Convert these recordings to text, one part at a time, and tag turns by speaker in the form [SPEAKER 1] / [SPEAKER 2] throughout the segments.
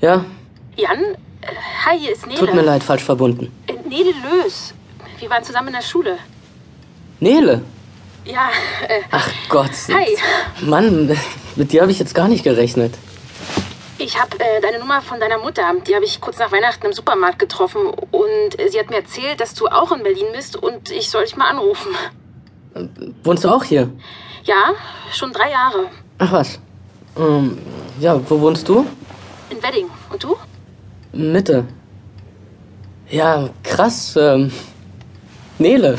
[SPEAKER 1] Ja,
[SPEAKER 2] Jan? Äh, Hi, hier ist Nele.
[SPEAKER 1] tut mir leid, falsch verbunden.
[SPEAKER 2] Äh, Nele Lös. Wir waren zusammen in der Schule.
[SPEAKER 1] Nele!
[SPEAKER 2] Ja, äh,
[SPEAKER 1] Ach Gott.
[SPEAKER 2] hi.
[SPEAKER 1] Mann, mit dir habe ich jetzt gar nicht gerechnet.
[SPEAKER 2] Ich habe äh, deine Nummer von deiner Mutter. Die habe ich kurz nach Weihnachten im Supermarkt getroffen. Und äh, sie hat mir erzählt, dass du auch in Berlin bist und ich soll dich mal anrufen.
[SPEAKER 1] Wohnst du auch hier?
[SPEAKER 2] Ja, schon drei Jahre.
[SPEAKER 1] Ach was. Ähm, ja, wo wohnst du?
[SPEAKER 2] In Wedding. Und du?
[SPEAKER 1] Mitte. Ja, krass. Ähm, Nele.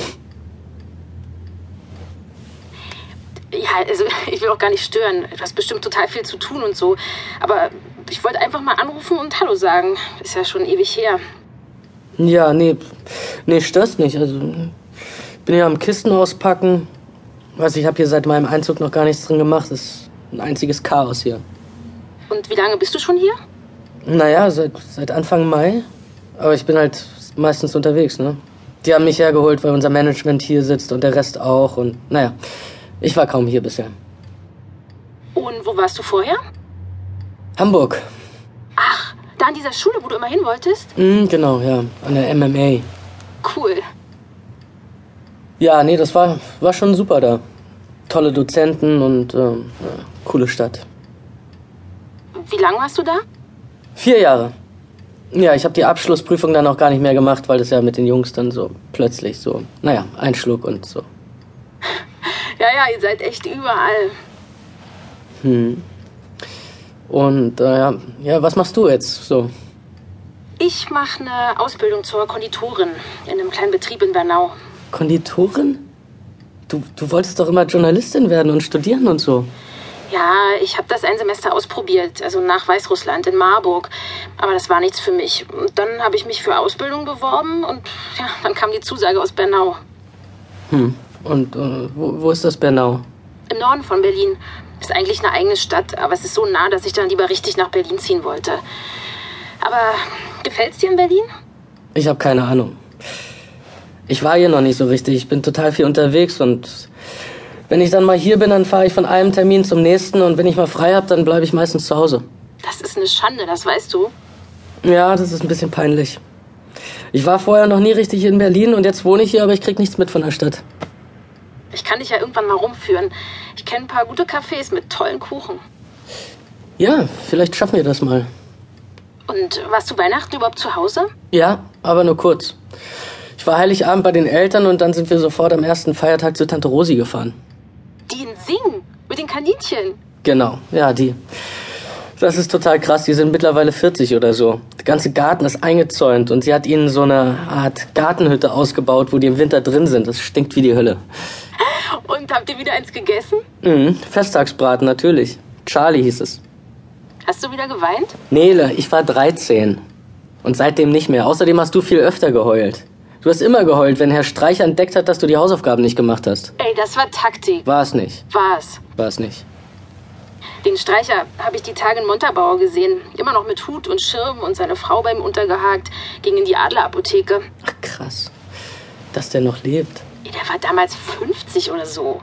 [SPEAKER 2] Ja, also ich will auch gar nicht stören. Du hast bestimmt total viel zu tun und so. Aber ich wollte einfach mal anrufen und Hallo sagen. Ist ja schon ewig her.
[SPEAKER 1] Ja, nee, nee, störst nicht. Also, bin ja am Kisten auspacken. Weiß ich habe hier seit meinem Einzug noch gar nichts drin gemacht. Ist ein einziges Chaos hier.
[SPEAKER 2] Und wie lange bist du schon hier?
[SPEAKER 1] Naja, seit, seit Anfang Mai. Aber ich bin halt meistens unterwegs, ne? Die haben mich hergeholt, weil unser Management hier sitzt und der Rest auch. Und naja, ich war kaum hier bisher.
[SPEAKER 2] Und wo warst du vorher?
[SPEAKER 1] Hamburg.
[SPEAKER 2] Da an dieser Schule, wo du immer hin wolltest?
[SPEAKER 1] Mhm, genau, ja. An der MMA.
[SPEAKER 2] Cool.
[SPEAKER 1] Ja, nee, das war, war schon super da. Tolle Dozenten und ähm, ja, coole Stadt.
[SPEAKER 2] Wie lange warst du da?
[SPEAKER 1] Vier Jahre. Ja, ich habe die Abschlussprüfung dann auch gar nicht mehr gemacht, weil das ja mit den Jungs dann so plötzlich so, naja, einschlug und so.
[SPEAKER 2] Ja, ja, ihr seid echt überall.
[SPEAKER 1] Und äh, ja, ja, was machst du jetzt so?
[SPEAKER 2] Ich mache eine Ausbildung zur Konditorin in einem kleinen Betrieb in Bernau.
[SPEAKER 1] Konditorin? Du, du wolltest doch immer Journalistin werden und studieren und so.
[SPEAKER 2] Ja, ich habe das ein Semester ausprobiert, also nach Weißrussland in Marburg. Aber das war nichts für mich. Und dann habe ich mich für Ausbildung beworben und ja, dann kam die Zusage aus Bernau.
[SPEAKER 1] Hm. Und äh, wo, wo ist das Bernau?
[SPEAKER 2] Im Norden von Berlin ist eigentlich eine eigene Stadt, aber es ist so nah, dass ich dann lieber richtig nach Berlin ziehen wollte. Aber gefällt's dir in Berlin?
[SPEAKER 1] Ich habe keine Ahnung. Ich war hier noch nicht so richtig. Ich bin total viel unterwegs und wenn ich dann mal hier bin, dann fahre ich von einem Termin zum nächsten und wenn ich mal frei habe, dann bleibe ich meistens zu Hause.
[SPEAKER 2] Das ist eine Schande, das weißt du.
[SPEAKER 1] Ja, das ist ein bisschen peinlich. Ich war vorher noch nie richtig in Berlin und jetzt wohne ich hier, aber ich krieg nichts mit von der Stadt.
[SPEAKER 2] Ich kann dich ja irgendwann mal rumführen. Ich kenne ein paar gute Cafés mit tollen Kuchen.
[SPEAKER 1] Ja, vielleicht schaffen wir das mal.
[SPEAKER 2] Und warst du Weihnachten überhaupt zu Hause?
[SPEAKER 1] Ja, aber nur kurz. Ich war Heiligabend bei den Eltern und dann sind wir sofort am ersten Feiertag zu Tante Rosi gefahren.
[SPEAKER 2] Die in Singen mit den Kaninchen.
[SPEAKER 1] Genau, ja, die. Das ist total krass, die sind mittlerweile 40 oder so. Der ganze Garten ist eingezäunt und sie hat ihnen so eine Art Gartenhütte ausgebaut, wo die im Winter drin sind. Das stinkt wie die Hölle.
[SPEAKER 2] Und habt ihr wieder eins gegessen?
[SPEAKER 1] Mhm, Festtagsbraten natürlich. Charlie hieß es.
[SPEAKER 2] Hast du wieder geweint?
[SPEAKER 1] Nele, ich war 13. Und seitdem nicht mehr. Außerdem hast du viel öfter geheult. Du hast immer geheult, wenn Herr Streicher entdeckt hat, dass du die Hausaufgaben nicht gemacht hast.
[SPEAKER 2] Ey, das war Taktik.
[SPEAKER 1] War es nicht.
[SPEAKER 2] War's.
[SPEAKER 1] War es nicht.
[SPEAKER 2] Den Streicher habe ich die Tage in Montabaur gesehen. Immer noch mit Hut und Schirm und seine Frau beim Untergehakt ging in die Adlerapotheke.
[SPEAKER 1] Ach, krass. Dass der noch lebt.
[SPEAKER 2] Ey, Der war damals 50 oder so.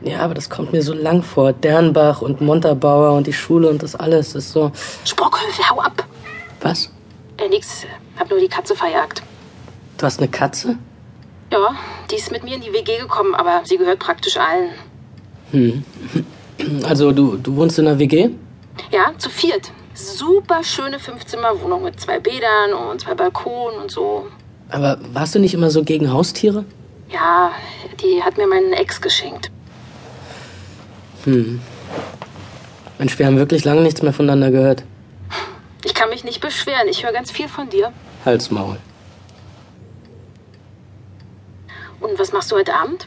[SPEAKER 1] Ja, aber das kommt mir so lang vor. Dernbach und Montabaur und die Schule und das alles ist so.
[SPEAKER 2] Sprockhövel, hau ab.
[SPEAKER 1] Was?
[SPEAKER 2] Ey, nix. Hab nur die Katze verjagt.
[SPEAKER 1] Du hast eine Katze?
[SPEAKER 2] Ja, die ist mit mir in die WG gekommen, aber sie gehört praktisch allen.
[SPEAKER 1] Also, du, du wohnst in einer WG?
[SPEAKER 2] Ja, zu viert. Super schöne Fünfzimmerwohnung mit zwei Bädern und zwei Balkonen und so.
[SPEAKER 1] Aber warst du nicht immer so gegen Haustiere?
[SPEAKER 2] Ja, die hat mir mein Ex geschenkt.
[SPEAKER 1] Mensch, wir haben wirklich lange nichts mehr voneinander gehört.
[SPEAKER 2] Ich kann mich nicht beschweren. Ich höre ganz viel von dir.
[SPEAKER 1] Halsmaul.
[SPEAKER 2] Und was machst du heute Abend?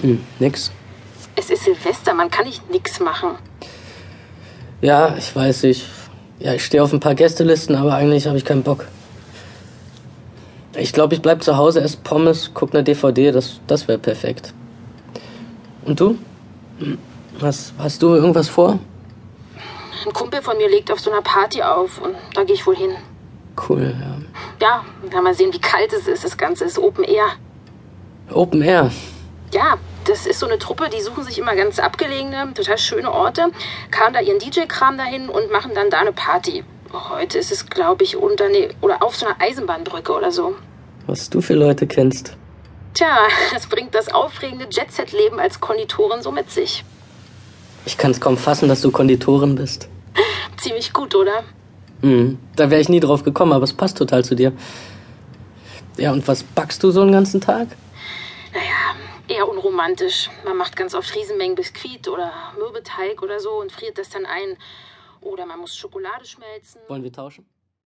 [SPEAKER 1] Hm, nix.
[SPEAKER 2] Es ist Silvester, man kann nicht nix machen.
[SPEAKER 1] Ja, ich weiß, ich. Ja, ich stehe auf ein paar Gästelisten, aber eigentlich habe ich keinen Bock. Ich glaube, ich bleib zu Hause, esse Pommes, guck ne eine DVD, das, das wäre perfekt. Und du? Hm, Was, hast du irgendwas vor?
[SPEAKER 2] Ein Kumpel von mir legt auf so einer Party auf und da gehe ich wohl hin.
[SPEAKER 1] Cool, ja.
[SPEAKER 2] Ja, dann mal sehen, wie kalt es ist. Das Ganze ist Open Air.
[SPEAKER 1] Open Air.
[SPEAKER 2] Ja, das ist so eine Truppe, die suchen sich immer ganz abgelegene, total schöne Orte, kamen da ihren DJ-Kram dahin und machen dann da eine Party. Heute ist es, glaube ich, unter ne oder auf so einer Eisenbahnbrücke oder so.
[SPEAKER 1] Was du für Leute kennst.
[SPEAKER 2] Tja, das bringt das aufregende Jet-Set-Leben als Konditorin so mit sich.
[SPEAKER 1] Ich kann's kaum fassen, dass du Konditorin bist.
[SPEAKER 2] Ziemlich gut, oder?
[SPEAKER 1] Hm, da wäre ich nie drauf gekommen, aber es passt total zu dir. Ja, und was backst du so einen ganzen Tag?
[SPEAKER 2] Naja, eher unromantisch. Man macht ganz oft Riesenmengen Biskuit oder Mürbeteig oder so und friert das dann ein. Oder man muss Schokolade schmelzen.
[SPEAKER 1] Wollen wir tauschen?